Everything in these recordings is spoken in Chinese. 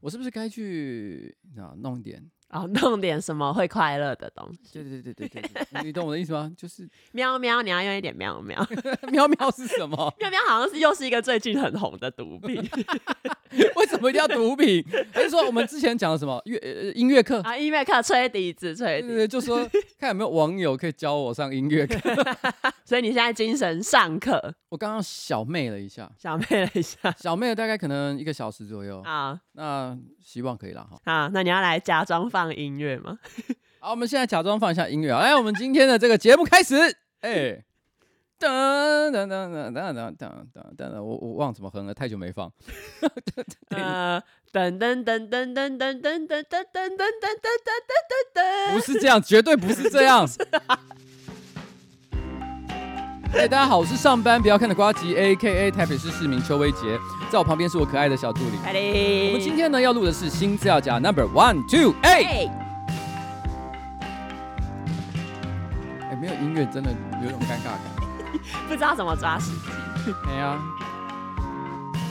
我是不是该去啊弄一点？哦， 弄点什么会快乐的东西。对对对对对对， 你懂我的意思吗？就是 喵喵，你要用一点喵喵。喵喵是什么？ 喵喵好像是又是一个最近很红的毒品 为什么一定要毒品？还是说我们之前讲的什么乐呃音乐课？啊！音乐课吹笛子，吹对笛对子。对，就说看有没有网友可以教我上音 乐课。所以你现在精神上课，我刚刚小妹了一下，小妹了一下小妹了大概可能一个小时左右，啊那希望可以啦哈。啊！那你要来假装放音乐吗？好，我们现在假装放一下音乐啊，来，我们今天的这个节目开始。哎，噔噔噔噔噔噔噔噔，我我忘怎么哼了，太久没放。呃，噔噔噔噔噔噔噔噔噔噔噔噔噔噔不噔噔是这样，绝对不是这 样。啊哎、大家好，我是上班不要看的瓜吉，A K A 台北市市民邱威杰，在我旁边是我可爱的小助理。噔。我我们今天呢要录的是新资料夹 Number One Two Eight。哎，哎、没有音乐真的有种尴尬感。不知道怎么抓时机。啊哎呀，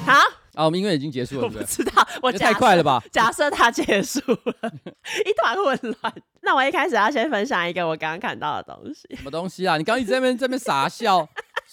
好，啊，我们音乐已经结束了，我对不不对？知道，我这假太快了吧！ 假设它结束了，一团混乱。那我一开始要先分享一个我刚刚看到的东西。 什么东西啊？你刚刚一直在那边在那边傻笑，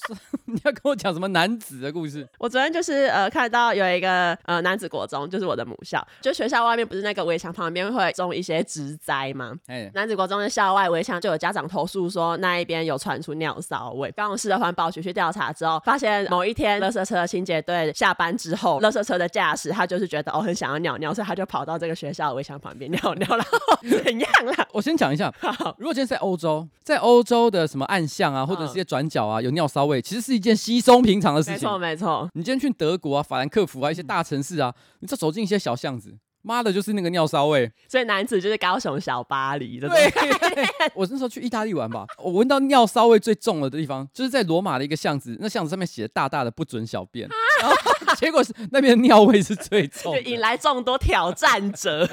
说你要跟我讲什么男子的故事？我昨天就是呃看到有一个呃男子国中，就是我的母校，就学校外面不是那个围墙旁边会种一些植栽吗？哎，男子国中的校外围墙就有家长投诉说那一边有传出尿骚味。高雄市的环保局去调查之后，发现某一天垃圾车的清洁队下班之后，垃圾车的驾驶他就是觉得哦很想要尿尿，所以他就跑到这个学校的围墙旁边尿尿，然后怎样啊啦？我先讲一下， 好嗯如果今天是在欧洲，在欧洲的什么暗巷啊，或者是一些转角啊，有尿骚味，其实是一件稀松平常的事没情。错没错，你今天去德国啊、法兰克福啊一些大城市啊，嗯你再走进一些小巷子，妈的，就是那个尿骚味。所以男子就是高雄小巴黎的。对， 我那时候去意大利玩吧，我闻到尿骚味最重的地方，就是在罗马的一个巷子，那巷子上面写的大大的“不准小 便”，然后结果是那边的尿味是最重的。就引来众多挑战者，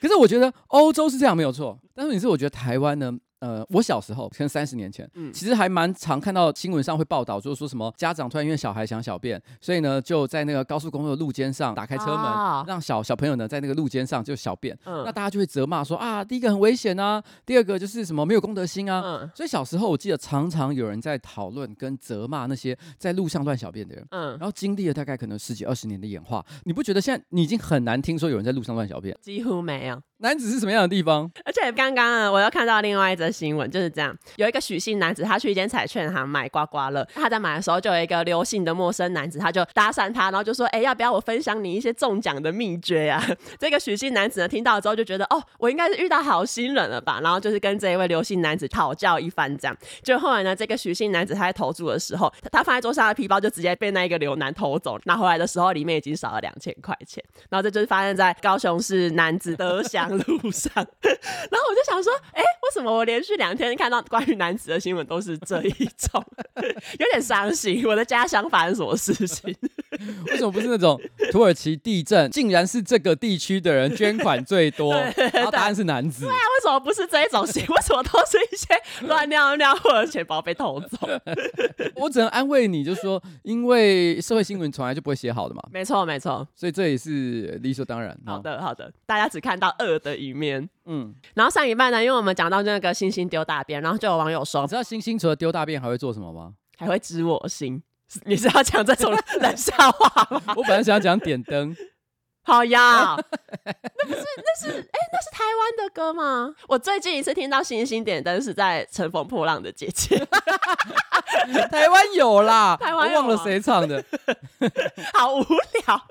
可是我觉得欧洲是这样没有错，但是你是我觉得台湾呢？呃，我小时候可能三十年前，嗯其实还蛮常看到新闻上会报道，就是说什么家长突然因为小孩想小便，所以呢就在那个高速公路的路肩上打开车门，啊让小小朋友呢在那个路肩上就小便，嗯那大家就会责骂说啊，第一个很危险啊，第二个就是什么没有公德心啊。嗯所以小时候我记得常常有人在讨论跟责骂那些在路上乱小便的人，嗯，然后经历了大概可能十几二十年的演化，你不觉得现在你已经很难听说有人在路上乱小便？几乎没有。男子是什么样的地方？ 而且刚刚啊，我又看到另外一则新闻，就是这样，有一个许姓男子，他去一间彩券行买刮刮乐，他在买的时候，就有一个刘姓的陌生男子，他就搭讪他，然后就说：“哎、要不要我分享你一些中奖的秘诀呀、 这个许姓男子呢，听到之后就觉得，哦，我应该是遇到好心人了吧，然后就是跟这一位刘姓男子讨教一番，这样。就后来呢，这个许姓男子他在投注的时候，他他放在桌上的皮包就直接被那一个刘男偷走，拿回来的时候里面已经少了两千块钱，然后这就是发生在高雄市男子德祥路上。然后我就想说，哎、为什么我连续两天看到关于男子的新闻都是这一种， 有点伤心。我的家乡发生什么事情？ 为什么不是那种土耳其地震，竟然是这个地区的人捐款最 多？然后答案是男子，那啊为什么不是这一种新闻？为 什么都是一些乱尿尿或者钱包被偷走？ 我只能安慰你，就说因为社会新闻从来就不会写好的嘛，没错，没错。所以这也是理所当然。哦好，的，好的，大家只看到恶的一面。嗯，然后上一半呢，因为我们讲到那个星星丢大便，然后就有网友你说知道星星除了丢大便还会做什么吗？ 还会知我心，是你是要讲这种 冷笑话吗？我本来想讲点 灯，好呀，那不是那是哎、那是台湾的歌吗？我最近一次听到星星点灯是在《乘风破浪的姐姐》，台湾有啦，台湾有我忘了啊谁唱 的。好无聊。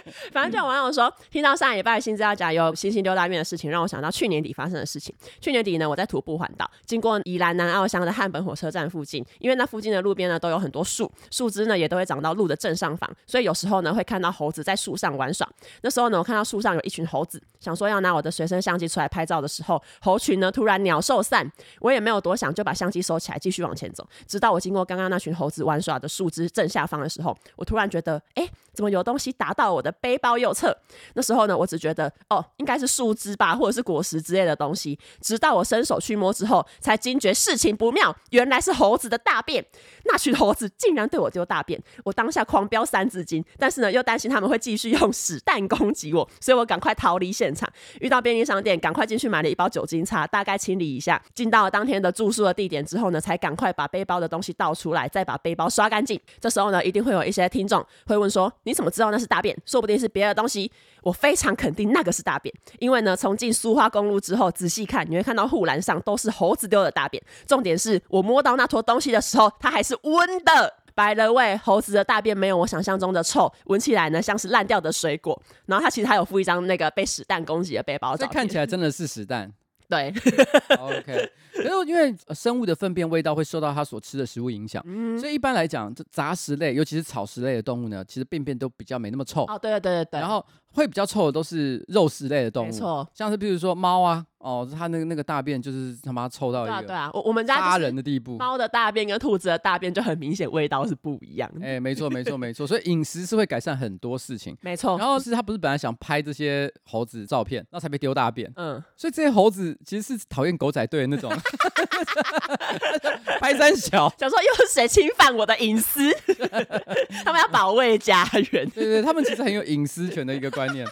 反正就有网友说，听到上礼拜新资料夹有星星丢大便的事情，让我想到去年底发生的事情。去年底呢，我在徒步环岛，经过宜兰南澳乡的汉本火车站附近，因为那附近的路边呢都有很多树，树枝呢也都会长到路的正上方，所以有时候呢会看到猴子在树上玩耍。那时候呢，我看到树上有一群猴子，想说要拿我的随身相机出来拍照的时候，猴群呢突然鸟兽散，我也没有多想，就把相机收起来，继续往前走。直到我经过刚刚那群猴子玩耍的 树枝正下方的时候，我突然觉得，哎、怎么有东西打到我的背包右侧？那时候呢，我只觉得哦，应该是树枝吧，或者是果实之类的东西。直到我伸手去摸之后，才惊觉事情不妙，原来是猴子的大便。那群猴子竟然对我丢大便，我当下狂飙三字经，但是呢，又担心他们会继续用屎蛋性攻击我，所以我赶快逃离现场。遇到便利商店，赶快进去买了一包酒精擦，大概清理一下。进到当天的住宿的地点之后呢，才赶快把背包的东西倒出来，再把背包刷干净。这时候呢，一定会有一些听众会问说：“你怎么知道那是大便？说不定是别的东西。”我非常肯定那个是大便，因为呢，从进苏花公路之后仔细看，你会看到护栏上都是猴子丢的大便。重点是我摸到那坨东西的时候，它还是温的。白了喂，猴子的大便没有我想象中的臭，闻起来呢像是烂掉的水果。然后它其实还有附一张那个被屎蛋攻击的背包这照看片。起来真的是实弹。对， OK，可是因为呃生物的粪便味道会受到它所吃的食物影响，嗯所以一般来讲，这杂食类，尤其是草食类的动物呢，其实便便都比较没那么臭。哦，对对对对对。然后会比较臭的都是肉食类的动物，没错像是比如说猫啊，哦，它那个那个大便就是他妈臭到对啊一对个啊，我我们家杀就是人的地步。猫的大便跟兔子的大便就很明显味道是不一样的。哎、没错没错没错，所以饮食是会改善很多事情。没错然，后是他不是本来想拍这些猴子照片，那才被丢大便，嗯，所以这些猴子其实是讨厌狗仔队的那种， 拍三小。想说又是谁侵犯我的隐私？ 他们要保卫家园。对对，他们其实很有隐私权的一个观念。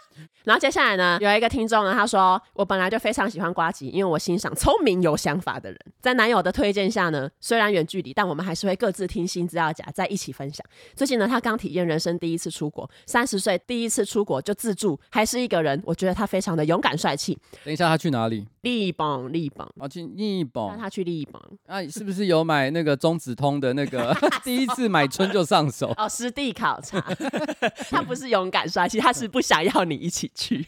然后接下来呢，有一个听众呢，他说：“我本来就非常喜欢瓜吉，因为我欣赏聪明有想法的人。在男友的推荐下呢，虽然远距离，但我们还是会各自听新资料夹，在一起分享。最近呢，他刚体验人生第一次出国，三十岁第一次出国就自助，还是一个人。我觉得他非常的勇敢帅气。等一下他去哪里？力榜力榜，啊，去日让本。他去力榜啊，你是不是有买那个中子通的那 个第一次买春就上手？哦，实地考察。 他不是勇敢帅气，他是不想要你一起去。”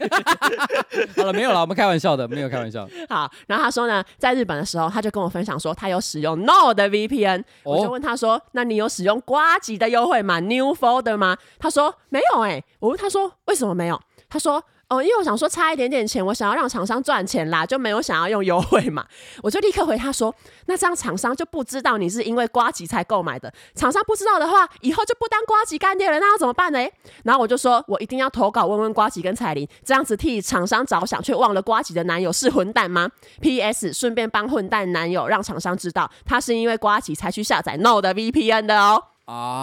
好了，没有了，我们开玩笑的，没有开玩笑。 好，然后他说呢，在日本的时候，他就跟我分享说，他有使用 No 的 VPN，、我就哦，问他说，那你有使用瓜吉的优惠吗？New Folder 吗？他说没有哎、我问他说为什么没有？他说。哦，因为我想说差一点点钱，我想要让厂商赚钱啦，就没有想要用优惠嘛，我就立刻回他说，那这样厂商就不知道你是因为瓜吉才购买的，厂商不知道的话，以后就不当瓜吉干爹了，那要怎么办呢？然后我就说，我一定要投稿问问瓜吉跟彩玲，这样子替厂商着想，却忘了瓜吉的男友是混蛋吗？P.S. 顺便帮混蛋男友让厂商知道，他是因为瓜起才去下载 No 的 VPN 的哦。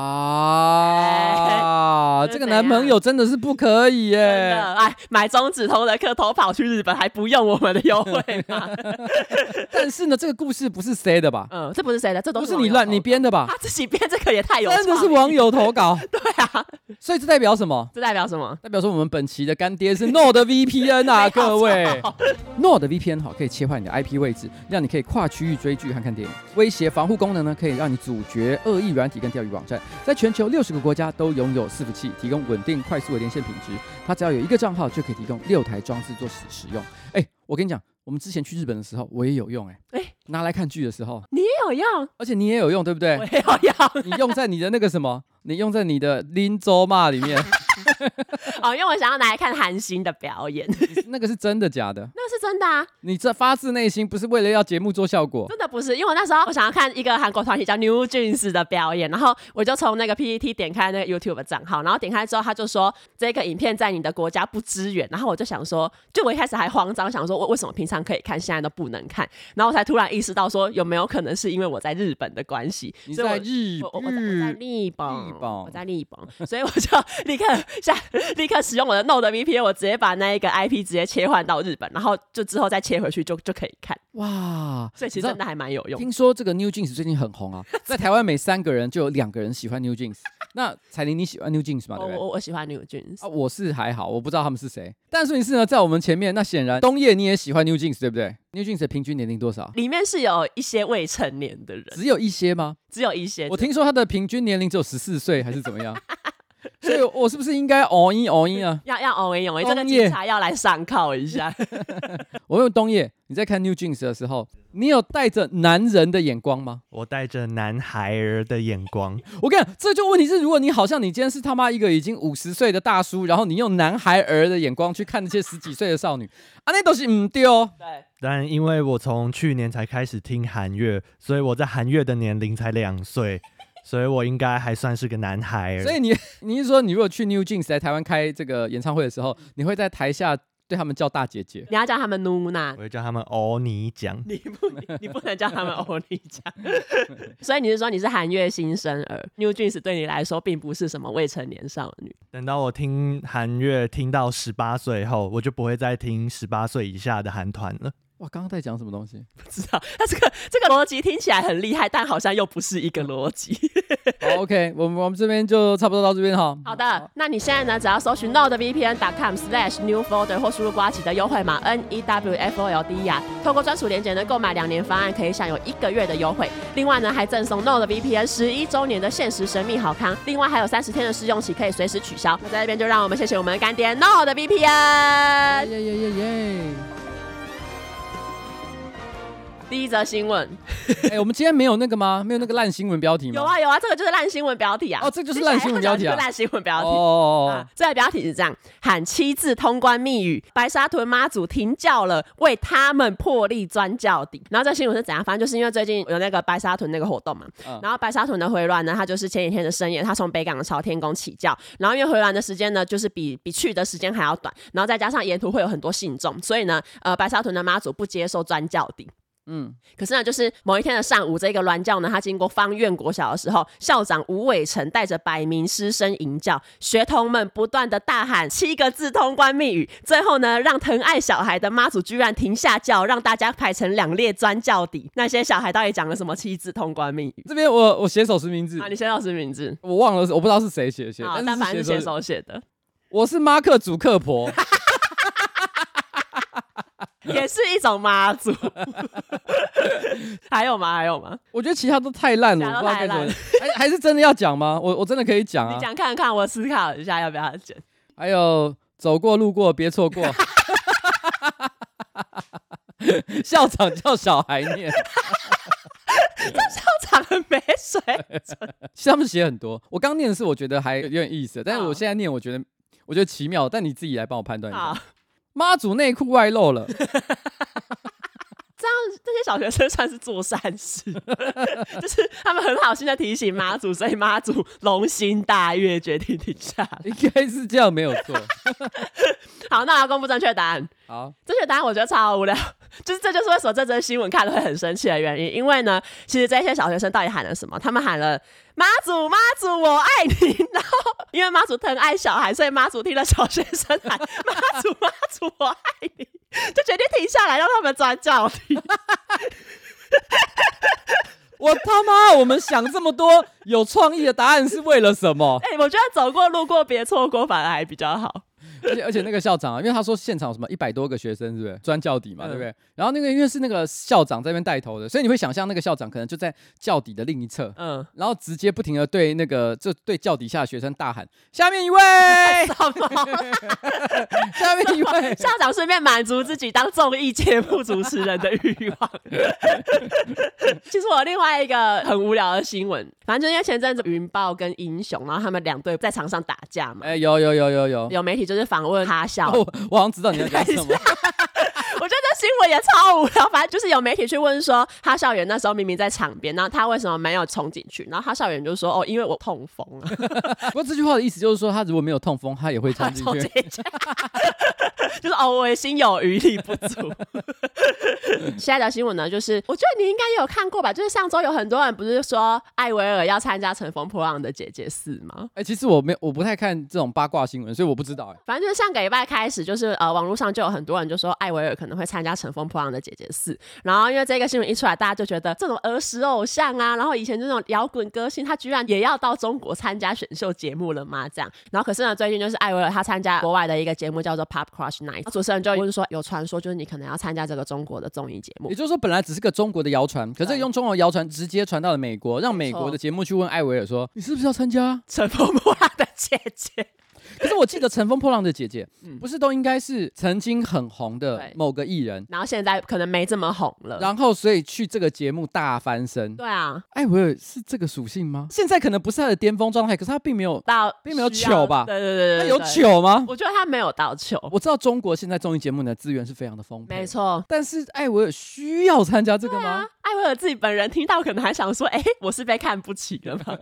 啊，这这个哎怎男朋样友真的是不可以真耶。的，哎，买中指通的客偷跑去日本还不用我们的优惠 吗？但是呢，这个故事不是 C 的吧？嗯，这不是谁的，这都不是是你网友乱你投编的吧？稿，他自己编这个也太有真的创是意网友投稿， 对啊，所以这代表什么？这代表什么？代表说我们本期的干爹是 No 的 VPN 啊， 没有各位错，No 的 VPN 好可以切换你的 IP 位置，让你可以跨区域追剧和看电影。威胁防护功能呢，可以让你阻绝恶意软体跟钓鱼网站。在全球六十个国家都拥有伺服器，提供稳定快速的连线品质。它只要有一个账号就可以提供六台装置做使使用。哎，我跟你讲，我们之前去日本的时候我也有用哎、哎拿来看剧的时候，你也有用，而且你也有用对不对我？也有用你用在你的那个什么，你用在你的林州骂里 面， 哦，因为我想要拿来看韩星的表演， 那个是真的假的？那是真的啊，你这发自内心，不是为了要节目做效果。真的不是，因为我那时候我想要看一个韩国团体叫 New Jeans 的表演，然后我就从那个 PPT 点开那个 YouTube 的账号，然后点开之后他就说这个影片在你的国家不支援，然后我就想说，就我一开始还慌张，想说我为什么平常可以看，现在都不能看，然后我才突然意识到说有没有可能是因为我在日本的关系，你所以在我。日我我我在我在日立立本，本我在立本，所以我就立刻下立刻使用我的 Node VPN，我直接把那一个 IP 直接切换到日本，然后就之后再切回去就就可以看，哇，所以其你实知道真的还蛮有用的。听说这个 New Jeans 最近很 红啊，在台湾每三个人就有两个人喜欢 New Jeans。那彩玲，你喜欢 New Jeans 吗？我对不对？我哦我喜欢 New Jeans，、啊，我是还好，我不知道他们是谁。但是你是呢，在我们前面，那显然冬叶你也喜欢 New Jeans，对不对？New Jeans 的平均年龄多少？里面是有一些未成年的人，只有一些吗？只有一些。我听说他的平均年龄只有十四岁，还是怎么 样？所以，我是不是应该哦一哦一啊？要要偶一偶一，这个冬夜警察要来上铐一下。我问冬叶，你在看 New Jeans 的时候，你有带着男人的眼光吗？我带着男孩儿的眼光，我跟你讲，这就问题是，如果你好像你今天是他妈一个已经五十岁的大叔，然后你用男孩儿的眼光去看那些十几岁的少女， 啊，那都是唔对哦。对，但因为我从去年才开始听韩乐，所以我在韩乐的年龄才两岁，所以我应该还算是个男孩儿。 所以你你是说，你如果去 New Jeans 来台湾开这个演唱会的时候，你会在台下对他们叫大姐姐。你要叫他们努娜我，会叫他们欧尼酱。 你不你你不能叫他们欧尼酱。 所以你是说你是韩月新生儿，New Jeans 对你来说并不是什么未成年少女。 等到我听韩乐听到十八岁后，我就不会再听十八岁以下的韩团了。哇，刚刚在讲什么东西？不知道，那这个这个逻辑听起来很厉害，但好像又不是一个逻辑。好，OK，我们我们这边就差不多到这边哈。好的，那你现在呢？只要搜寻 nodevpn.com/slash/newfolder 或输入瓜奇的优惠码 N E W F O L D 呀，透过专属链接呢购买两年方案，可以享有一个月的优惠。另外呢，还赠送 NodeVPN 十一周年的限时神秘好康，另外还有三十天的试用期，可以随时取消。那在这边就让我们谢谢我们的干爹 NodeVPN。耶耶耶耶！第一则新闻，哎，我们今天没有那个吗？没有那个烂新闻标题吗？有啊有啊，这个就是烂新闻标题啊。哦这 就是烂新闻标题啊这就是烂新闻标题。哦啊，，这个标题是这样：喊七字通关密语，白沙屯妈祖停教了，为他们破例钻教底。然后这新闻是怎样？反正就是因为最近有那个白沙屯那个活动嘛，嗯然后白沙屯的回銮呢，它就是前几天的深夜，它从北港朝天宫起轿，然后因为回銮的时间呢，就是比比去的时间还要短，然后再加上沿途会有很多信众，所以呢，呃，白沙屯的妈祖不接受钻教底。嗯，可是呢，就是某一天的上午，这个銮教呢，他经过方院国小的时候，校长吴伟成带着百名师生迎教，学童们不断的大喊七个字通关密语，最后呢，让疼爱小孩的妈祖居然停下教，让大家排成两列钻教 底。那些小孩到底讲了什么七字通关密语？这边我我写手实名制啊，，你先老师名字。我忘了是，我不知道是谁写的，写好，但但是凡是写写手，手写的，我是马克主克婆。 也是一种妈祖。 还有吗？还有吗？我觉得其他都太烂了，其我不他都知道该太怎烂么。还 还是真的要讲吗？我我真的可以讲啊你。讲看看，我思考一下要不要剪。 还有走过路过别错过。 校长叫小孩念，校长很没水其实他们写很多。我刚念的是我觉得还有点意思，但是我好现在念我觉得我觉得奇妙，但你自己来帮我判断一啊下。！妈祖内裤外露了， 这些小学生算是做善事， 就是他们很好心的提醒妈祖，所以妈祖龙心大悦，决定停下来。应该是这样没有错。好，那我要公布正确答案。好，正确答案我觉得超无聊， 就是这就是为什么这则新闻看了会很生气的原因。因为呢，其实这些小学生到底喊了什么？他们喊了“妈祖，妈祖，我爱你”，然后因为妈祖疼爱小孩，所以妈祖听了小学生喊“妈祖，妈祖，我爱你”， 就决定停下来让他们转教廷。 我 他妈，我们想这么多有创意的答案是为了什么？哎、我觉得走过路过别错过，反而还比较好。而且而且那个校长啊，因为他说现场有什么一百多个学生，是不是专教底嘛，嗯对不对？然后那个因为是那个校长在那边带头的，所以你会想象那个校长可能就在教底的另一侧，嗯，然后直接不停的对那个就对教底下的学生大喊：“下面一 位，什么？下面一位。 校长顺便满足自己当综艺节目主持人的欲 望。其实我另外一个很无聊的新闻，反正就是因为前阵子云豹跟英雄，然后他们两队在场上打架”嘛，哎，有有有有有，有媒体就是访问哈校。哦，我我好像知道你要讲什么。我觉得这新闻也超无聊，反正就是有媒体去问说，哈校园那时候明明在场边，然后他为什么没有冲进去？然后哈校园就说：“哦，因为我痛风啊。” 不过这句话的意思就是说，他如果没有痛风，他也会冲进冲去。进去， 就是哦，我也心有余力不足。 下一条新闻呢，就是我觉得你应该也有看过吧，就是上周有很多人不是说艾薇儿要参加《乘风破浪的姐姐四》吗？哎，其实我没有我不太看这种八卦新闻，所以我不知道。哎，反正就是上个礼拜开始，就是呃，网络上就有很多人就说艾薇儿可能会参加《乘风破浪的姐姐四》，然后因为这个新闻一出来，大家就觉得这种儿时偶像啊，然后以前这种摇滚歌星，他居然也要到中国参加选秀节目了吗？这样，然后可是呢，最近就是艾薇儿她参加国外的一个节目叫做 Pop Crush Night，主持人就问说有传说就是你可能要参加这个中国的综艺节目也，就是说，本来只是个中国的谣传，可是对用中国的谣传直接传到了美国，让没美国错的节目去问艾维尔说：“你是不是要参 加《乘风破浪的姐姐》。？”可是我记得《乘风破浪的姐姐》嗯不是都应该是曾经很红的对某个艺人，然后现在可能没这么红了。然后所以去这个节目大翻身。对啊，艾维尔是这个属性吗？现在可能不是他的巅峰状态，可是他并没有，到并没有需要糗吧对对对对他对有对，糗吗？我觉得他没有到糗。我知道中国现在综艺节目呢资源是非常的丰沛，没。错，但是艾维尔需要参加这个对啊吗？，艾薇儿自己本人听到可能还想说：“哎、 我是被看不起了吗？”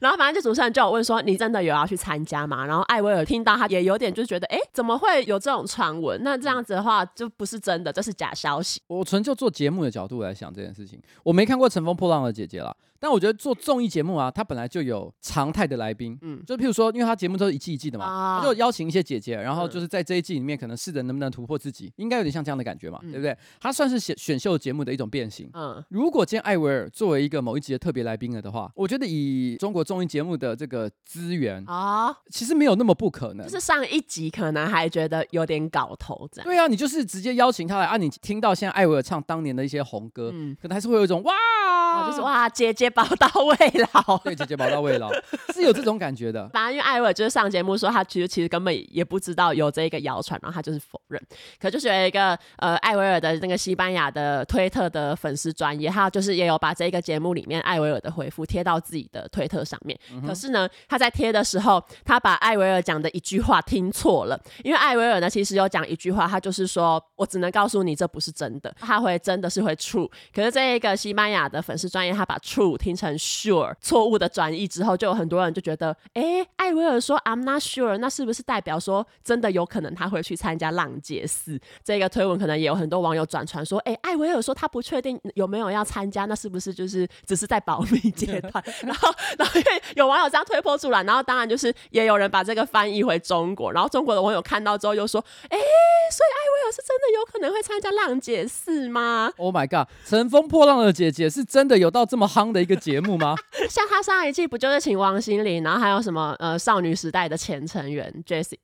然后反正就主持人就有问说：“你真的有要去参加吗？”然后艾薇儿听到他也有点就觉得，哎，怎么会有这种传闻？那这样子的话就不是真的，这是假消息。我纯就做节目的角度来想这件事情，我没看过《乘风破浪的姐姐》啦，但我觉得做综艺节目啊，它本来就有常态的来宾，嗯，就譬如说，因为他节目都是一季一季的嘛，啊他就邀请一些姐姐，然后嗯就是在这一季里面可能试着能不能突破自己，应该有点像这样的感觉嘛，嗯对不对？它算是选选秀节目的一种变形。嗯，如果今天艾薇儿作为一个某一集的特别来宾了的话，我觉得以中国综艺节目的这个资源，哦，其实没有那么不可能。就是上一集可能还觉得有点搞头这样。对啊，你就是直接邀请他来啊！你听到现在艾薇儿唱当年的一些红歌，嗯，可能还是会有一种哇，啊哦，就是，哇，姐姐宝刀未哦老。对，姐姐宝到味了，是有这种感觉的。反正因为艾薇儿就是上节目说他其实其实根本也不知道有这一个谣传，然后他就是否认。可就是有一个呃艾薇儿的那个西班牙的推特的粉丝专业，他就是也有把这个节目里面艾薇儿的回复贴到自己的推特上面。可是呢，他在贴的时候，他把艾薇儿讲的一句话听错了，因为艾薇儿呢其实有讲一句话，他就是说我只能告诉你这不是真的，他会真的是会 true。可是这一个西班牙的粉丝专业，他把 true 听成 sure，错误的转译之后，就有很多人就觉得，诶，艾薇儿说 I'm not sure，那是不是代表说真的有可能他会去参加浪姐四？这个推文可能也有很多网友转传说，诶，艾薇儿说他不确定有没有要参加，那是不是就是只是在保密阶段？然后，然后因为有网友这样推波助澜，然后当然就是也有人把这个翻译回中国，然后中国的网友看到之后又说，诶，所以艾薇儿是真的有可能会参加浪姐四吗？ Oh my god！乘风破浪的姐姐是真的有到这么夯的一个节目吗？像他上一季不就是请王心凌，然后还有什么呃少女时代的前成员 Jessica，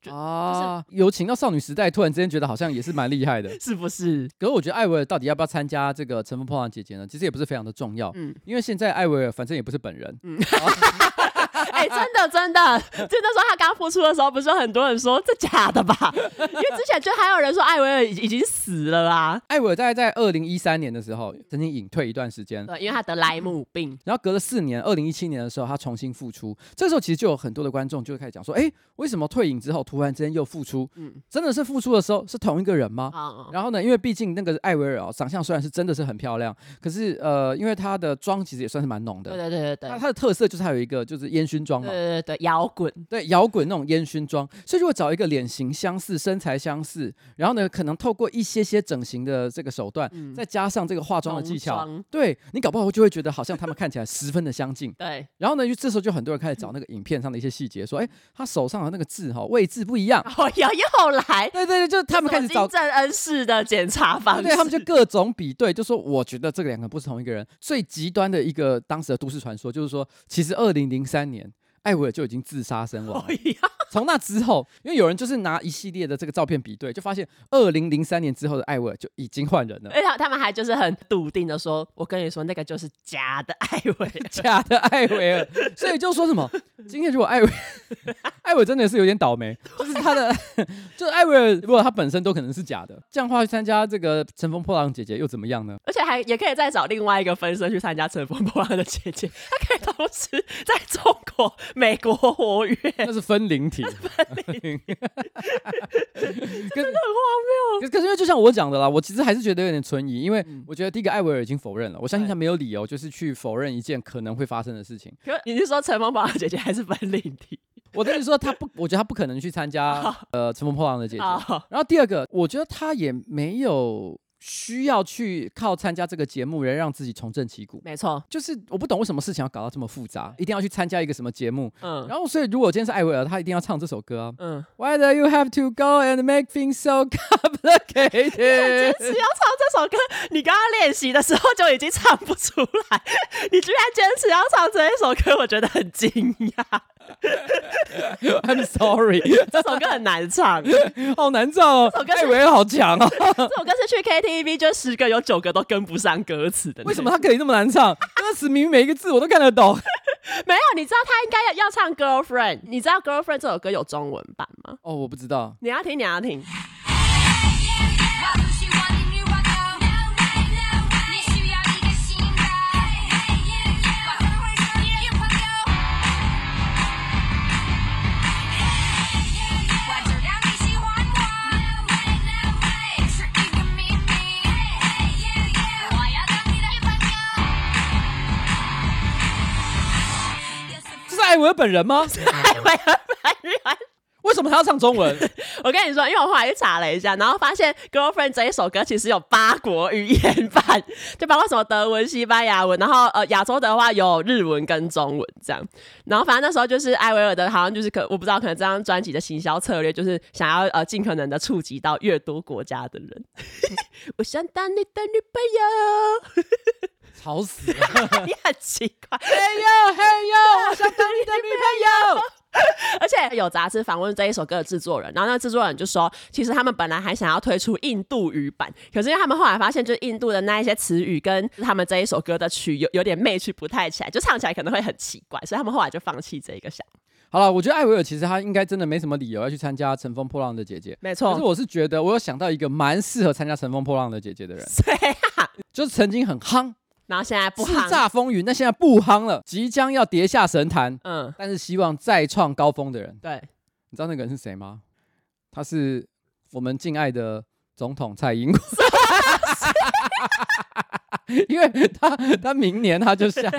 就啊，有请到少女时代，突然之间觉得好像也是蛮厉害的。是不是？可是我觉得艾薇儿到底要不要参加这个《乘风破浪的姐姐》呢？其实也不是非常的重要，嗯因为现在艾薇儿反正也不是本人，哎、真的真的，就那时候他刚复出的时候，不是很多人说这假的吧？因为之前就还有人说艾薇儿已已经死了啦，艾薇儿大概在二零一三年的时候曾经隐退一段时间，对，因为他得莱姆病，然后隔了四年，二零一七年的时候，他重新复出。这时候其实就有很多的观众就会开始讲说，哎，为什么退隐之后突然之间又复出？嗯，真的是复出的时候是同一个人吗？啊、然后呢，因为毕竟那个艾薇儿哦，长相虽然是真的是很漂亮，可是呃，因为她的妆其实也算是蛮浓对的。对对对对她。她的特色就是她有一个就是烟熏妆对嘛，对对对，摇滚对摇滚那种烟熏妆，所以如果找一个脸型相似、身材相似，然后呢，可能透过一些些整形的这个手段，嗯再加上这个化妆的技巧，浓妆对你搞不好就会觉得好像他们看起来十分的相近。对，然后呢，就这时候就很多人开始嗯找那个影片上的一些细节，说，哎，他手上的那个字哈、位置不一样。哦，又又来，对对对，就是他们开始找什么金正恩式的检查方式，对，他们就各种比对，就说我觉得这个两个不是同一个人。最极端的一个当时的都市传说就是说，其实二零零三年。艾薇儿就已经自杀身亡哦了。呀，从那之后，因为有人就是拿一系列的这个照片比对，就发现二零零三年之后的艾薇儿就已经换人了。而且他们还就是很笃定的说：“我跟你说，那个就是假的艾薇儿。假的艾薇 儿，所以就说什么，今天如果艾薇， 艾薇真的是有点倒霉，就是她的， 就是艾薇儿，如果她本身都可能是假的，这样的话去参加这个《乘风破浪姐姐》又怎么样呢”？而且还也可以再找另外一个分身去参加《乘风破浪的姐姐》，她可以同时在中国、美国活跃，真的那是分哎灵 体，跟很可可是因为就像我讲的啦，我其实还是觉得有点存疑，因为我觉得第一个艾薇儿已经否认了，我相信他没有理由就是去否认一件可能会发生的事情。荒谬。可你是说《乘风破浪的姐姐》还是本领体我跟你说，他不，我觉得他不可能去参加呃《乘风破浪的姐姐》。啊？然后第二个，我觉得他也没有需要去靠参加这个节目来让自己重振旗鼓。没错，就是我不懂为什么事情要搞到这么复杂，一定要去参加一个什么节目。嗯然后，所以如果今天是艾薇儿，她一定要唱这首歌啊。嗯， Why do you have to go and make things so 坚 complicated？持要唱这首歌，你刚刚练习的时候就已经唱不出来，你居然坚持要唱这一首歌，我觉得很惊讶。 I'm sorry， 这首歌很难 唱。好难唱哦这首。歌是艾薇儿好强 哦，这首歌是去 KTV 就十个有九个都跟不上歌词的那种。为什么她可以那么难唱？歌词明明每一个字我都看得懂。没有？你知道他应该要要唱 Girlfriend，你知道 Girlfriend 这首歌有中文版吗？哦，我不知道。你要听，你要听。 Why do she want a new one? No way, no way. 你需要一个新的。Hey, yeah, yeah. 把它换成女朋友。Hey, yeah, yeah. 我知道你喜欢我。No way, no way. 是一个秘密。Hey, hey, yeah, yeah. 我要当你的女朋友。这是艾薇儿本人吗？ 艾薇儿本人，为什么他要唱中文？我跟你说，因为我后来去查了一下，然后发现《Girlfriend》这一首歌其实有八国语言版，就包括什么德文、西班牙文，然后呃亚洲的话有日文跟中文这样。然后反正那时候就是艾薇儿的，好像就是可我不知道，可能这张专辑的行销策略就是想要呃尽可能的触及到越多国家的人。我想当你的女朋吵死了！ 友，你很奇怪。嘿呦嘿呦，我想当你的 女朋友。而且有杂志访问这一首歌的制作人，然后那个制作人就说，其实他们本来还想要推出印度语版，可是因为他们后来发现，就是印度的那一些词语跟呃他们这一首歌的曲有有点 match 不太起来，就唱起来可能会很奇怪，所以他们后来就放弃这一个想。 好了，我觉得艾薇儿其实她应该真的没什么理由要去参加《乘风破浪的姐姐》。没可是，我是觉得，我有想到一个蛮适合参加《乘风破浪的姐姐》的人， 对啊，就是曾经很夯、然后现在不叱夯，咤风云，但现在不夯了，即将要跌下神坛，嗯，但是希望再创高峰的人，对，你知道那个人是谁吗？他是我们敬爱的总统蔡英 文。因为他他明年他就 下，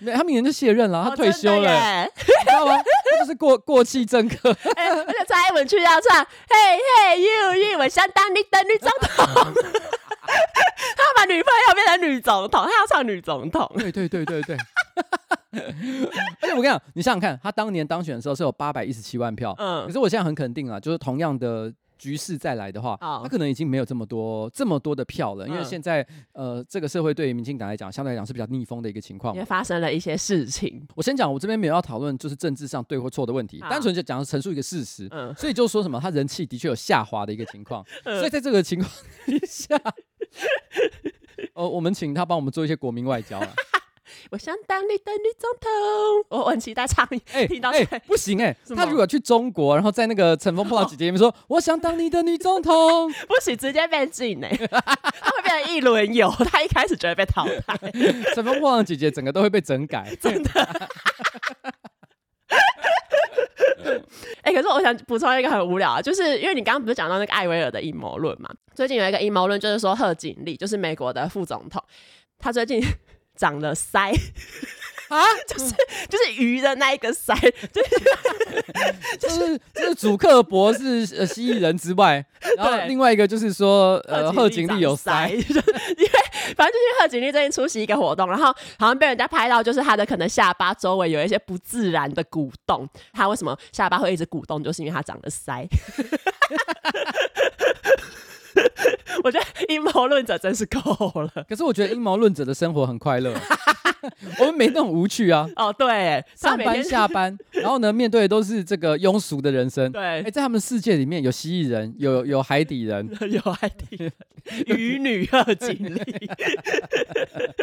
没他明年就卸任了，他哦退休真的了，耶你知道吗？他就是过过气政客。哎而且蔡英文去要唱嘿嘿 you you，我想当你的女总统。 他把女朋友变成女总统，他要唱女总统。对对对对对。 而且我跟你讲，你想想看，他当年当选的时候是有八百一十七万票，嗯可是我现在很肯定啊，就是同样的局势再来的话，哦他可能已经没有这么多这么多的票了，因为嗯现在呃，这个社会对于民进党来讲，相对来讲是比较逆风的一个情况因。为发生了一些事情。我先讲，我这边没有要讨论就是政治上对或错的问题，好单纯就讲陈述一个事实。嗯，所以就说什么，他人气的确有下滑的一个情况， 嗯所以在这个情况底下，呃，我们请他帮我们做一些国民外交啊。我想当你的女总统，我我很期待唱你。哎、 听到哎、这不行哎、什他么哦如果去中国，然后在那个《乘风破浪》姐姐里面说：“我想当你的女总统。不行，直接被禁呢、他会变成一轮游，他一开始就会被淘 汰。”乘风破浪姐姐整个都会被整 改，真的哎、可是我想补充一个很无聊啊，就是因为你刚刚不是讲到那个艾薇儿的阴谋论嘛？最近有一个阴谋论，就是说贺锦丽就是美国的副总统，他最近长了腮，啊！就是就是鱼的那一个腮，就是就是就是主客博是呃蜥蜴人之外，然后 对另外一个就是说呃贺锦丽有长腮，腮， 就是因为反正就是贺锦丽最近出席一个活动，然后好像被人家拍到，就是她的可能下巴周围有一些不自然的鼓动。她为什么下巴会一直鼓动？就是因为她长了腮。 我觉得阴谋论者真是够了。可是我觉得阴谋论者的生活很快乐， 我们没那种无趣 啊。哦，对，她上每班天 下班，然后呢，面对的都是这个庸俗的人生。哎、对。在他们世界里面有蜥蜴人，有有海底人， 有爱听渔女贺锦丽，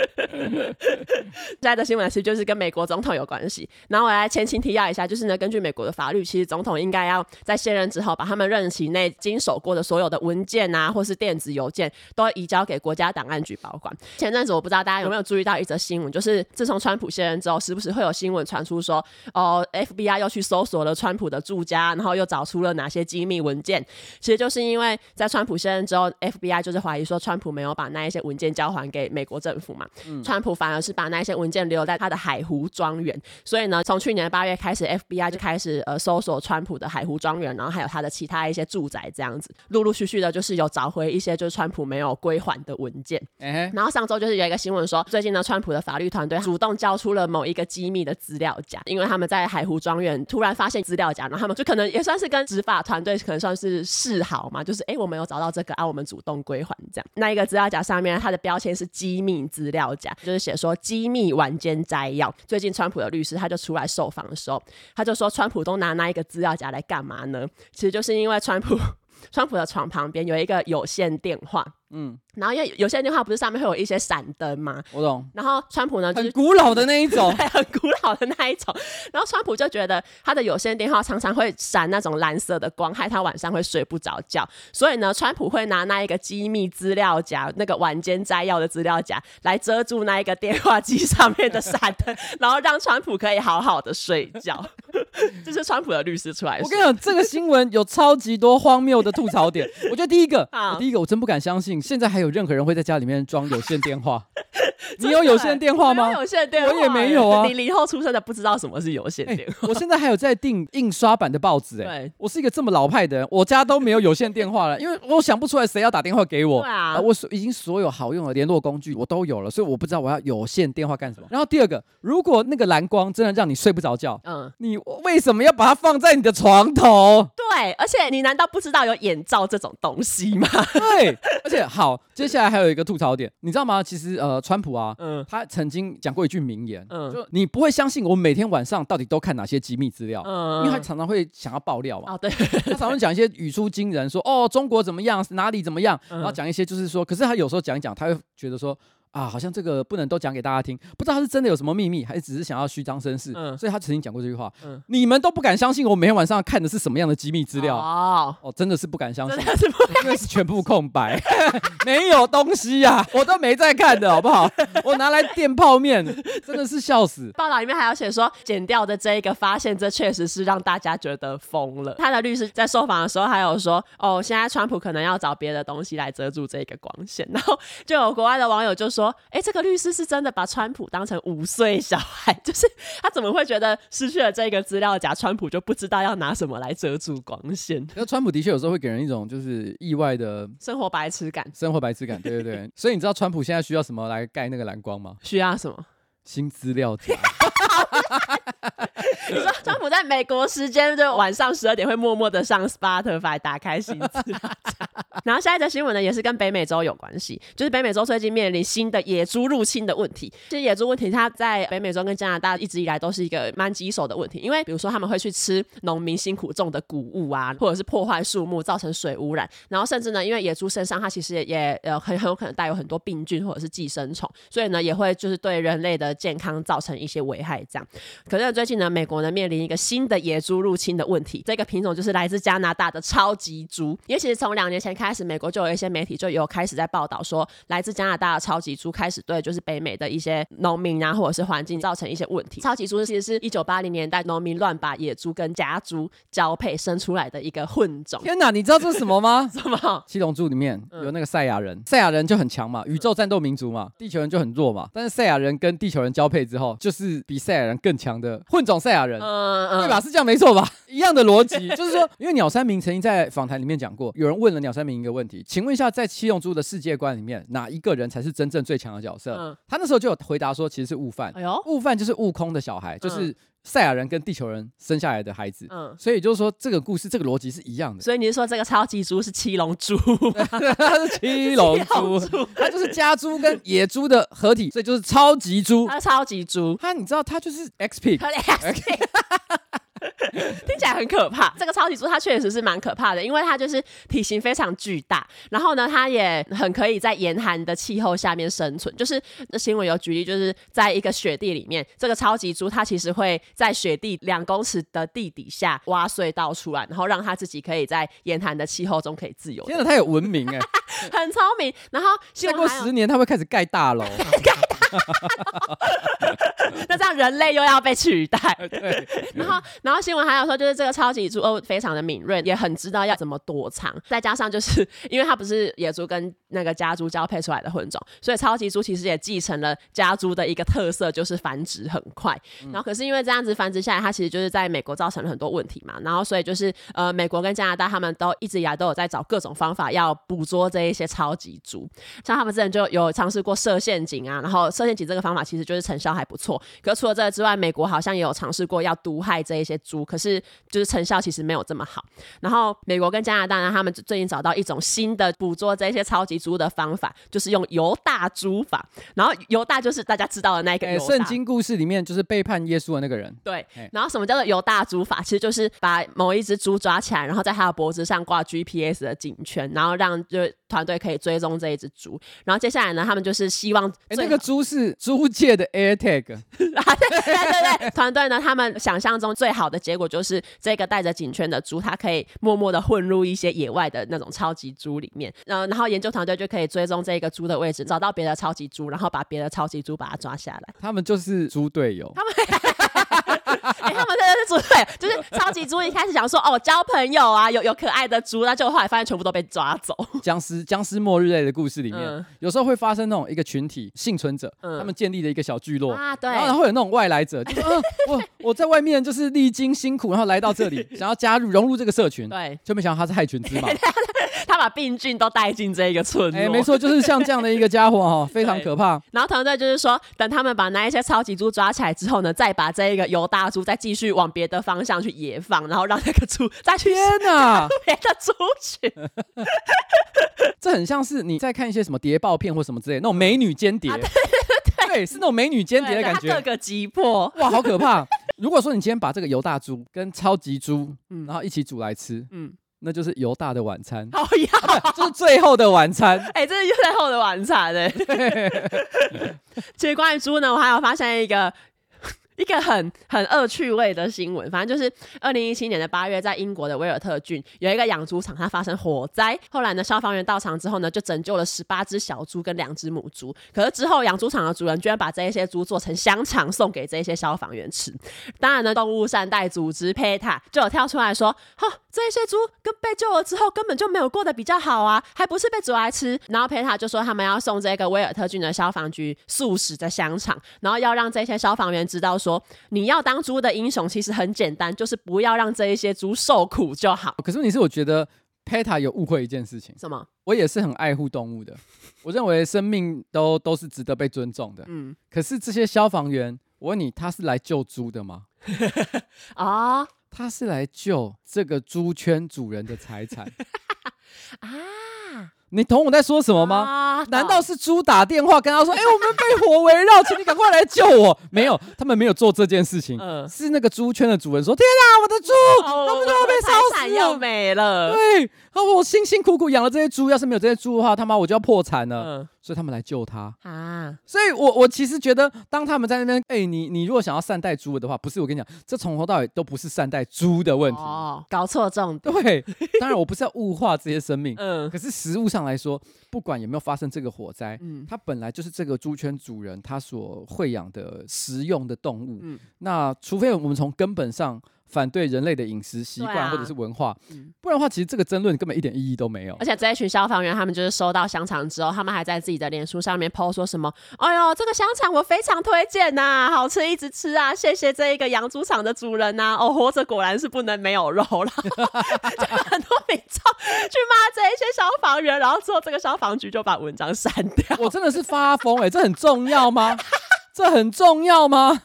现在的新闻其实就是跟美国总统有关系。然后我来前情提要一下，就是呢，根据美国的法律，其实总统应该要在卸任之后，把他们任期内经手过的所有的文件啊，或是电子邮件，都要移交给国家档案局保管。前阵子我不知道大家有没有注意到一则新闻，就是自从川普卸任之后，时不时会有新闻传出说，哦，FBI 又去搜索了川普的住家，然后又找出了哪些机密文件。其实就是因为在川普卸任之后，FBI 就是怀疑说川普没有把那一些文件交还给美国政府嘛，川普反而是把那一些文件留在他的海湖庄园。所以呢，从去年八月开始，FBI 就开始呃搜索川普的海湖庄园，然后还有他的其他一些住宅，这样子，陆陆续续的就是有找回一些就是川普没有归还的文件。哎、然后上周就是有一个新闻说，最近呢，川普的法律团队主动交出了某一个机密的资料夹，因为他们在海湖庄园突然发现资料夹，然后他们就可能也算是跟执法团队可能算是示好嘛，就是哎，诶我们有找到这个啊，我们主动归还这样。那一个资料夹上面它的标签是机密资料夹，就是写说机密晚间摘要。最近川普的律师他就出来受访的时候，他就说川普都拿那一个资料夹来干嘛呢？其实就是因为川普 川普的床旁边有一个有线电话。嗯，然后因为有些电话不是上面会有一些闪灯吗？我懂，然后川普呢 就很是。 。古老的那一种对，很古老的那一种。然后川普就觉得他的有线电话常常会闪那种蓝色的光，害他晚上会睡不着觉。所以呢，川普会拿那一个机密资料夹，那个晚间摘要的资料夹来遮 住那一个电话机上面的闪灯，然后让川普可以好好的睡觉。这是川普的律师出来我跟你说。讲，这个新闻有超级多荒谬的吐槽 点。我觉得第一个，好我第一个我真不敢相信，现在还有任何人会在家里面装有线电 话。你有有线电话没吗有？有线电话，欸我也没有啊你零后出生的不知道什么是有线哎电话，我现在还有在订印刷版的报纸哎、对我是一个这么老派的人，我家都没有有线电话了，因为我想不出来谁要打电话给我。对啊我所已经所有好用的联络工具我都有了，所以我不知道我要有线电话干什么。然后第二个，如果那个蓝光真的让你睡不着觉，嗯，你为什么要把它放在你的床 头？对，而且你难道不知道有眼罩这种东西吗？对，而且好，接下来还有一个吐槽点，你知道吗？其实呃，川普啊，嗯，他曾经讲过一句名言，嗯就你不会相信我每天晚上到底都看哪些机密资料，嗯因为他常常会想要爆料嘛，哦，对，他常常讲一些语出惊人，说哦中国怎么样，哪里怎么样，嗯然后讲一些就是说，可是他有时候讲一讲，他会觉得说。啊，好像这个不能都讲给大家听，不知道他是真的有什么秘密，还是只是想要虚张声势。嗯所以他曾经讲过这句话：嗯你们都不敢相信我每天晚上看的是什么样的机密资料哦哦，真的是不敢相真信。的是不因为是全部空白， 没有东西呀、我都没在看的好不好？我拿来垫泡面，真的是笑死。报道里面还有写说，剪掉的这一个发现，这确实是让大家觉得疯了。他的律师在受访的时候还有说，哦，现在川普可能要找别的东西来遮住这个光线。然后就有国外的网友就说，哎，这个律师是真的把川普当成五岁小孩， 就是他怎么会觉得失去了这个资料夹，川普就不知道要拿什么来遮住光线？那川普的确有时候会给人一种就是意外的生活白痴感生活白痴感，对对对。所以你知道川普现在需要什么来盖那个蓝光吗？需要什么？新资料 夹。你说川普在美国时间就晚上十二点会默默的上 Spotify 打开新资料夹然后下一则新闻呢，也是跟北美洲有关系，就是北美洲最近面临新的野猪入侵的问题。其实野猪问题，它在北美洲跟加拿大一直以来都是一个蛮棘手的问题，因为比如说他们会去吃农民辛苦种的谷物啊，或者是破坏树木造成水污染，然后甚至呢，因为野猪身上它其实也也呃很很有可能带有很多病菌或者是寄生虫，所以呢也会就是对人类的健康造成一些危害这样。可是最近呢，美国呢面临一个新的野猪入侵的问题，这个品种就是来自加拿大的超级猪。也其实从两年前开始，美国就有一些媒体就有开始在报道说，来自加拿大的超级猪开始对就是北美的一些农民啊或者是环境造成一些问题。超级猪其实是一九八零年代农民乱把野猪跟家猪交配生出来的一个混种。天哪，你知道这是什么吗？什么？嗯七龙珠里面有那个赛亚人，赛亚人就很强嘛，宇宙战斗民族嘛，地球人就很弱嘛。但是赛亚人跟地球人交配之后，就是比赛亚人更强的混种赛亚人。嗯对吧？？是这样没错吧？一样的逻 辑，就是说，因为鸟山明曾经在访谈里面讲过，有人问了鸟山明一个问题，请问一下，在七龙珠的世界观里面，哪一个人才是真正最强的角色？嗯他那时候就有回答说，其实是悟饭，哎呦，悟饭就是悟空的小孩，就是赛亚人跟地球人生下来的孩子。嗯，所以就是说，这个故事这个逻辑是一 样的。所以你是说这个超级猪是 七龙珠？它是七龙珠，它就是家猪跟野猪的合体，所以就是超级猪。它是超级猪。它你知道它就是 XP，可怜 听起来很可怕。这个超级猪它确实是蛮可怕的，因为它就是体型非常巨大，然后呢，它也很可以在严寒的气候下面生存。就是那新闻有举例，就是在一个雪地里面，这个超级猪它其实会在雪地两公尺的地底下挖隧道出来，然后让它自己可以在严寒的气候中可以自由地，天哪，它有文明哎！很聪明。然后新再闻过还有十年，它会开始盖大楼。那这样人类又要被取代。对，然后，然后新闻还有说，就是这个超级猪哦，非常的敏锐，也很知道要怎么躲藏。再加上就是 因为它不是野猪跟那个家猪交配出来的混种，所以超级猪其实也继承了家猪的一个特色，就是繁殖很快。然后可是因为这样子繁殖下来，它其实就是在美国造成了很多问题嘛。然后所以就是呃，美国跟加拿大他们都一直以来都有在找各种方法要捕捉这一些超级猪。像他们之前就有尝试过设陷阱啊，然后设陷阱这个方法其实就是成效还不错。可除了这个之外，美国好像也有尝试过要毒害这一些猪，可是就是成效其实没有这么好。然后美国跟加拿大呢，他们最近找到一种新的捕捉这些超级猪的方法，就是用犹大猪法。然后犹大就是大家知道的那一个哎，犹大。圣经故事里面就是背叛耶稣的那个人，对嘿，然后什么叫做犹大猪法？其实就是把某一只猪抓起来，然后在它的脖子上挂 GPS 的警圈，然后让就是团队可以追踪这一只猪。然后接下来呢，他们就是希望哎，最那个猪是猪界的 AirTag，啊， 对对对对，团队呢，他们想象中最好的结果就是这个带着颈圈的猪，它可以默默的混入一些野外的那种超级猪里面，然后然后研究团队就可以追踪这个猪的位置，找到别的超级猪，然后把别的超级猪把它抓下来。他们就是猪队友。 哎、他们真的是猪队友，就是超级猪。一开始想说哦，交朋友啊，有有可爱的猪，那就后来发现全部都被抓走。僵尸僵尸末日类的故事里面，嗯有时候会发生那种一个群体幸存者，嗯他们建立了一个小聚落。 啊，对，然后会有那种外来者， 就是、呃、我我在外面就是历经辛苦，然后来到 这里，想要加入融入这个社群，对，就没想到他是害群之 马。他把病菌都带进这一个村落。哎，没错，就是像这样的一个家伙 哈，非常可怕。然后团队就是说，等他们把那一些超级猪抓起来之后呢，再把这一个犹大猪再继续往别的方向去野放，然后让那个猪 再去天哪，别的猪群。这很像是你在看一些什么谍报片或什么之类，那种美女间谍，啊对，是那种美女间谍的感对他各觉，个击破。哇，好可怕。哦如果说你今天把这个犹大猪跟超级猪，嗯然后一起煮来吃，嗯，那就是犹大的晚餐， 好呀，就是最后的晚餐。哎、这是又在后的晚餐哎、其实关于猪呢，我还有发现一个。一个很很恶趣味的新闻，反正就是二零一七年的八月，在英国的威尔特郡有一个养猪场，它发生火灾。后来呢，消防员到场之后呢，就拯救了十八只小猪跟两只母猪。可是之后，养猪场的主人居然把这一些猪做成香肠送给这一些消防员吃。当然呢，动物善待组织 PETA 就有跳出来说，哈、这些猪跟被救了之后根本就没有过得比较好啊，还不是被煮来吃。然后 PETA 就说他们要送这个威尔特郡的消防局啊素食的香肠，然后要让这些消防员知道说，你要当猪的英雄其实很简单，就是不要让这一些猪受苦就好。可是问题是，我觉得 PETA 有误会一件事情，什么？我也是很爱护动物的，我认为生命都都是值得被尊重的。嗯，可是这些消防员，我问你，他是来救猪的吗？哦他是来救这个猪圈主人的财 产，啊，你懂我在说什么吗？啊 难道是猪打电话跟他说：“哎、我们被火围绕，请你赶快来救我？”没有，他们没有做这件事情，嗯是那个猪圈的主人说：“天哪、我的猪，哦那不就被我的财烧产死要了？”没了？对，啊，我辛辛苦苦养了这些猪，要是没有这些猪的话，他妈我就要破产了。嗯所以他们来救他。啊，所以我我其实觉得，当他们在那边，哎、你你如果想要善待猪的话，不是我跟你讲，这从头到尾都不是善待猪的问题。哦，搞错重点。对，当然我不是要物化这些生命， 嗯可是实物上来说，不管有没有发生这个火灾，嗯它本来就是这个猪圈主人他所会养的食用的动物。嗯那除非我们从根本上反对人类的饮食习对惯啊或者是文化，嗯不然的话，其实这个争论根本一点意义都没有。而且这一群消防员，他们就是收到香肠之后，他们还在自己的脸书上面 PO 说什么：“哎呦，这个香肠我非常推荐呐、好吃一直吃啊！ 谢谢这一个养猪场的主人呐、哦，活着果然是不能没有肉 了。”就很多民众去骂这一些消防员，然后之后这个消防局就把文章删掉。 我真的是发疯哎、这很重要吗？ 这很重要吗？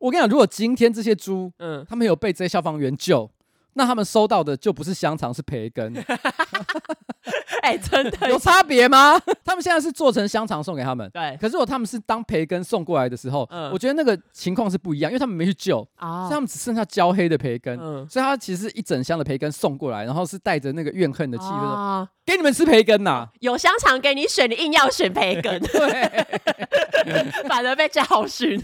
我跟你讲，如果今天这些猪嗯，他们有被这些消防员救，那他们收到的就不是香肠，是培 根， 哎、真的有差别吗？他们现在是做成香肠送给他们。 对可是如果他们是当培根送过来的时候，嗯我觉得那个情况是不一样，因为他们没去救，所以他哦，们只剩下焦黑的培根，嗯所以他其实一整箱的培根送过来，然后是带着那个怨恨的气氛说，哦给你们吃培根呐、 有香肠给你选，你硬要选培根。 对，反而被教训。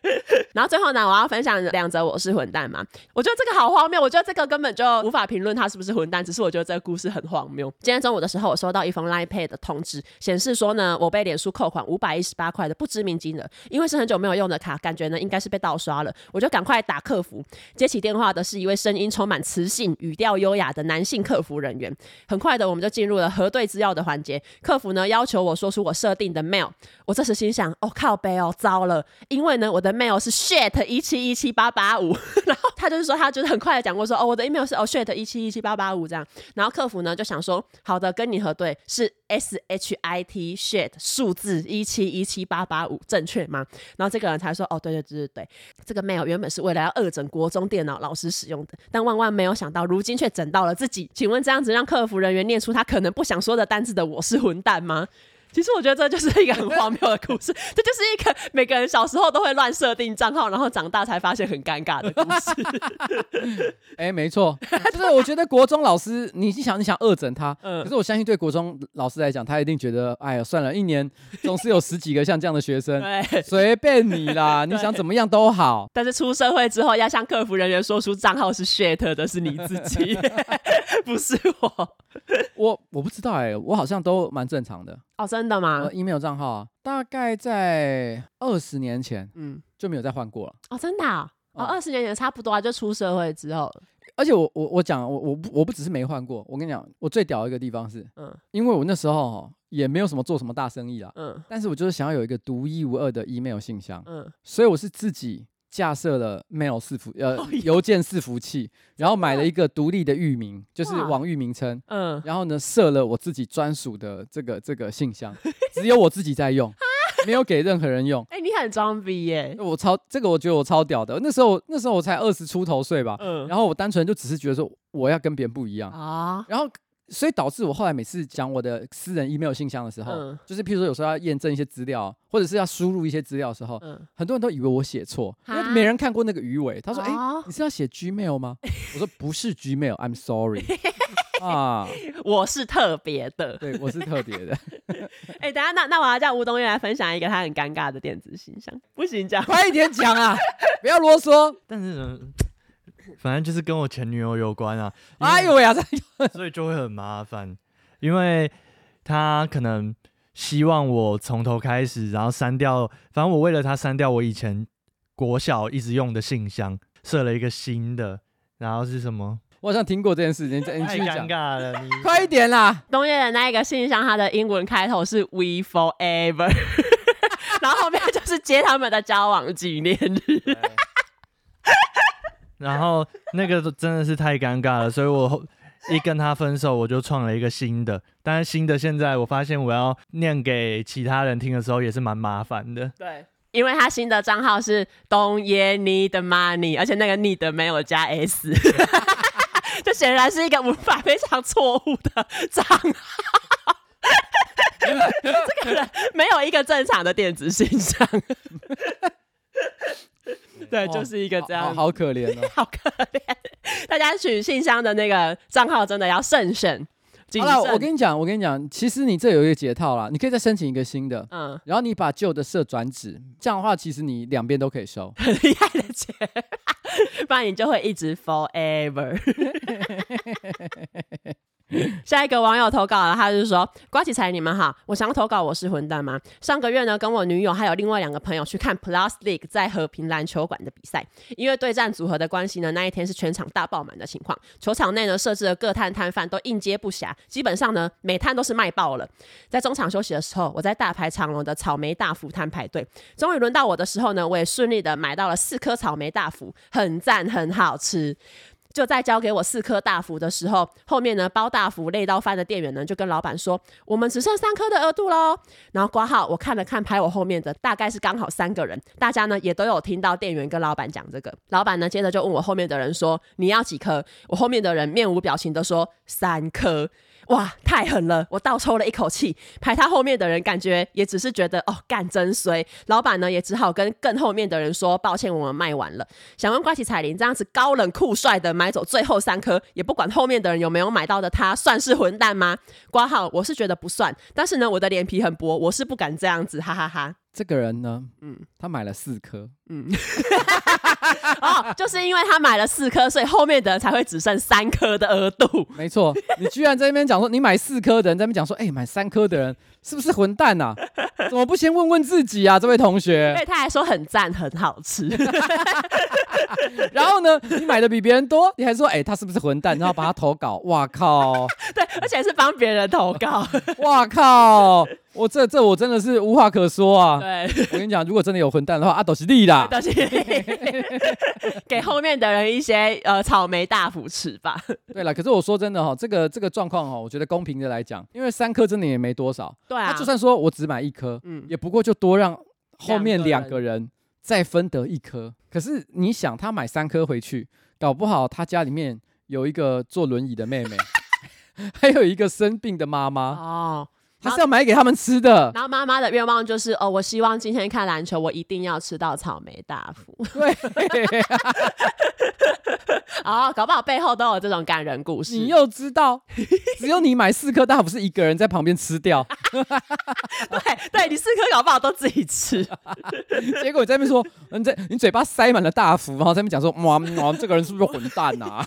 然后最后呢，我要分享两则我是混蛋嘛，我觉得这个好荒谬，我觉得这个根本就无法评论他是不是混蛋，只是我觉得这个故事很荒谬。今天中午的时候，我收到一封 Line Pay 的通知，显示说呢，我被脸书扣款五百一十八块的不知名金额，因为是很久没有用的卡，感觉呢应该是被盗刷了，我就赶快打客服。接起电话的是一位声音充满磁性、语调优雅的男性客服人员。很快的，我们就进入了核对资料的环节。客服呢要求我说出我设定的 mail，我这时心想，哦靠背哦，糟了，因为呢我的 mail 是 shit 一七一七八八五，然后 他就是说他就是很快的讲过说，哦我的 email 是哦 shit 一七一七八八五这样，然后客服呢就想说，好的，跟你核对是 S H I T shit 数字一七一七八八五正确吗？然后这个人才说，哦对对对对对，这个 mail 原本是为了要恶整国中电脑老师使用的，但万万没有想到，如今却整到了自己。请问这样子让客服人员念出他可能不想说的单字的“我是混蛋”吗？其实我觉得这就是一个很荒谬的故事，这就是一个每个人小时候都会乱设定账号，然后长大才发现很尴尬的故事。哎，没错，就是我觉得国中老师，你想你想恶整他，嗯可是我相信对国中老师来讲，他一定觉得，哎呀，算了，一年总是有十几个像这样的学生， 对，随便你啦，你想怎么样都好。但是出社会之后，要向客服人员说出账号是 shit 的是你自 己，不是我。我我不知道哎、我好像都蛮正常的。哦，真的吗我？email 呃账号啊，大概在二十年前嗯，就没有再换过了。哦，真的啊、哦，二十年前差不多啊，就出社会之后，而且我我我讲我我不我不只是没换过，我跟你讲，我最屌的一个地方是，嗯因为我那时候哦也没有什么做什么大生意啦，嗯但是我就是想要有一个独一无二的 email 信箱，嗯，所以我是自己架设了 mail 伺服呃哦邮件伺服器，然后买了一个独立的域名，就是哇网域名称，嗯，然后呢设了我自己专属的这个这个信 箱，只有我自己在用，没有给任何人用。哎、你很装逼耶、我超这个我觉得我超屌的，那时候那时候我才二十出头岁吧，嗯，然后我单纯就只是觉得说我要跟别人不一样，啊，然后所以导致我后来每次讲我的私人 email 信箱的时候，嗯就是譬如说有时候要验证一些资料，或者是要输入一些资料的时候，嗯，很多人都以为我写错，因为哈没人看过那个鱼尾。他说：“哎、哦你是要写 Gmail 吗？” 我说：“不是 Gmail，I'm sorry。”啊，我是特别的。对，我是特别 的。哎、等一下，那那我要叫吴东岳来分享一个他很尴尬的电子信箱，不行这样。快一点讲啊，不要啰嗦。但是呢，反正就是跟我前女友有关啊， 因为哎呦喂呀，这所以就会很麻烦，因为他可能希望我从头开始，然后删掉，反正我为了他删掉我以前国小一直用的信箱，设了一个新的，然后是什么？我好像听过这件事情，哎你继太续尴讲，尬了，你快一点啦。东岳的那一个信箱，它的英文开头是 We Forever，然后后面就是接他们的交往纪念日。对然后那个真的是太尴尬了，所以我后一跟他分手，我就创了一个新的。但是新的现在我发现我要念给其他人听的时候也是蛮麻烦的。对。因为他新的账号是东耶 need money，而且那个 need 没有加 s，这显然是一个文法非常错误的账号。这个人没有一个正常的电子信箱， 对，就是一个这样哦好，好可怜哦。好可怜。 大家取信箱的那个账号真的要慎选，谨好慎。了，我跟你讲，我跟你讲，其实你这有一个解套啦，你可以再申请一个新的，嗯，然后你把旧的设转址，这样的话，其实你两边都可以收。很厉害的解法，不然你就会一直 forever。下一个网友投稿了，他就说：“瓜起才你们好，我想要投稿我是混蛋吗？上个月呢，跟我女友还有另外两个朋友去看 Plus League 在和平篮球馆的比赛，因为对战组合的关系呢，那一天是全场大爆满的情况，球场内呢设置的各摊摊贩都应接不暇，基本上呢每摊都是卖爆了。在中场休息的时候，我在大排长龙的草莓大福摊排队，终于轮到我的时候呢，我也顺利的买到了四颗草莓大福，很赞，很好吃。就在交给我四颗大福的时候，后面呢包大福累到翻的店员呢就跟老板说：“我们只剩三颗的额度喽。”然后挂号，我看了看排我后面的，大概是刚好三个人，大家呢也都有听到店员跟老板讲这个。老板呢接着就问我后面的人说：“你要几颗？”我后面的人面无表情的说：“三颗。”哇，太狠了！我倒抽了一口气，排他后面的人感觉也只是觉得哦，干真衰。老板呢也只好跟更后面的人说抱歉，我们卖完了。想问瓜奇彩铃这样子高冷酷帅的买走最后三颗，也不管后面的人有没有买到的他，算是混蛋吗？挂号我是觉得不算，但是呢，我的脸皮很薄，我是不敢这样子，哈哈哈这个人呢， 嗯他买了四颗，哦，就是因为他买了四颗，所以后面的人才会只剩三颗的额度。没错，你居然在那边讲说你买四颗的人，在那边讲说，哎、买三颗的人是不是混蛋呐、啊？ 怎么不先问问自己啊，这位同对学？他还说很赞，很好吃。然后呢，你买的比别人多，你还说，哎、他是不是混蛋？然后把他投稿，哇靠，对，而且是帮别人投稿。哇靠，我这这我真的是无话可说啊！对。我跟你讲，如果真的有混蛋的话，阿斗是利啦。但是 给后面的人一些呃草莓大福吃吧。对了，可是我说真的哈、这个这个状况哈、我觉得公平的来讲，因为三颗真的也没多少， 对啊他就算说我只买一颗，嗯也不过就多让后面两两个个人人再分得一颗。可是你想，他买三颗回去，搞不好他家里面有一个坐轮椅的妹 妹，还有一个生病的妈妈，哦，他是要买给他们吃的。然后妈妈的愿望就是哦，我希望今天看篮球，我一定要吃到草莓大福。对， 哦，搞不好背后都有这种感人故事。你又知道，只有你买四颗大福是一个人在旁边吃掉， 对对，你四颗搞不好都自己 吃。 结果你在那边说，你嗯在你嘴巴塞满了大福，然后在那边讲说，哇，哇这个人是不是混蛋啊？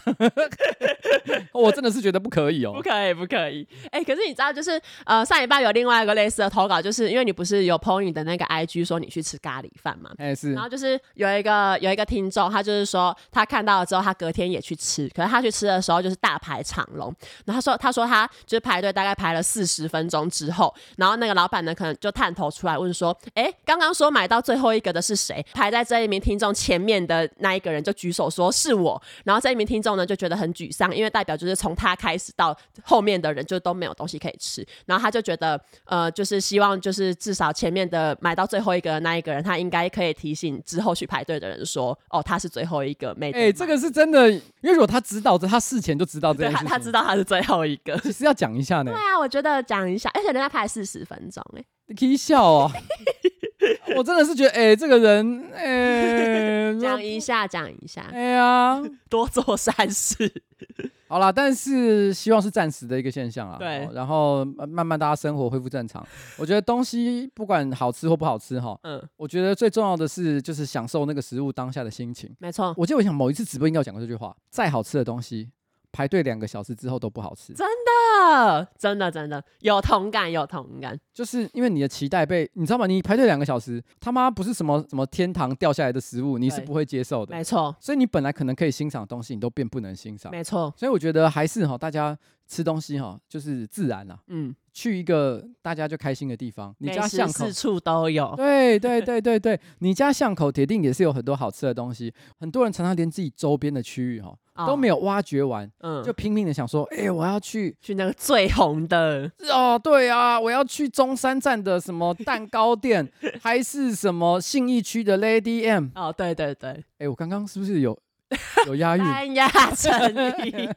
我真的是觉得不可以不哦。可以，不可以。哎、可是你知道，就是呃，上礼拜有另外一个类似的投稿，就是因为你不是有 PO 你的那个 IG 说你去吃咖喱饭嘛？哎，是然，后就是有一个有一个听众，他就是说他看到了之后，他隔天也去吃，可是他去吃的时候就是大排长龙。然后他说他说他就是排队大概排了四十分钟之后，然后那个老板呢可能就探头出来问说：“哎，刚刚说买到最后一个的是谁？”排在这一名听众前面的那一个人就举手说是我。然后这一名听众呢就觉得很沮丧，因为代表就是从他开始到后面的人就都没有东西可以吃。然后他就觉得呃，就是希望就是至少前面的买到最后一个的那一个人，他应该可以提醒之后去排队的人说：“哦，他是最后一个，没得哎，这买个是真的，因为如果他知道这，他事前就知道这对件他事情，他知道他是最后一个。”其实要讲一下呢对，啊，我觉得讲一下，而且人家排四十分钟、欸，你可以笑 哦。我真的是觉得，哎、这个人，哎、讲一下，讲一下，哎呀，多做善事。好啦，但是希望是暂时的一个现象啦。对哦然后呃慢慢大家生活恢复正 常。我觉得东西不管好吃或不好吃哈，嗯，我觉得最重要的是就是享受那个食物当下的心情。没错，我记得我想某一次直播应该有讲过这句话：再好吃的东西，排队两个小时之后都不好吃。啊，真的真的有同感，有同感。就是因为你的期待被你知道吗？你排队两个小时，他妈不是什么什么天堂掉下来的食物，你是对不会接受的。没错，所以你本来可能可以欣赏的东西，你都变不能欣赏。没错，所以我觉得还是哈，大家吃东西哈，就是自然啊啦、嗯，去一个大家就开心的地方，你美家食巷口四。 处都有。对对对对对，你家巷口铁定也是有很多好吃的东西。很多人常常连自己周边的区域哈都没有，有挖掘完，哦嗯，就就拼命的想说，哎、我要去去那个最红的，哦，对啊，我要去中山站的什么蛋糕店，还是什么信义区的 Lady M。哦，对对对，哎、我刚刚是不是 有有押韵？三亚成 立，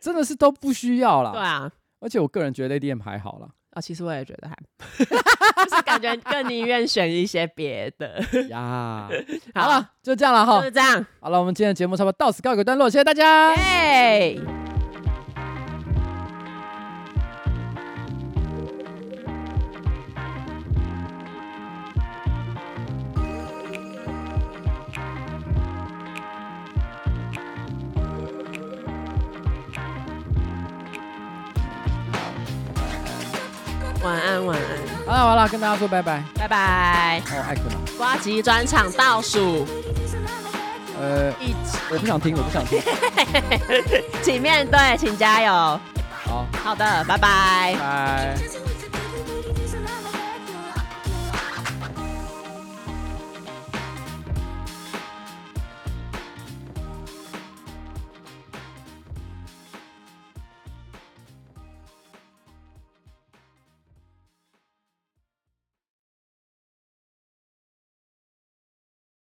真的是都不需要啦。对啊。而且我个人觉得 Lady M 还好 啦。啊、其实我也觉得还，就是感觉更宁愿选一些别的。呀，好好啊了，了，就这样了哈就是。这样，好了，我们今天的节目差不多到此告一个段落，谢谢大家。耶、晚安，晚安，好了，好了，跟大家说拜拜。拜拜。哦，艾可能，瓜吉专场倒数呃，一，我不想听，我不想听。请面对，请加油。好，好的，拜拜。拜。 Just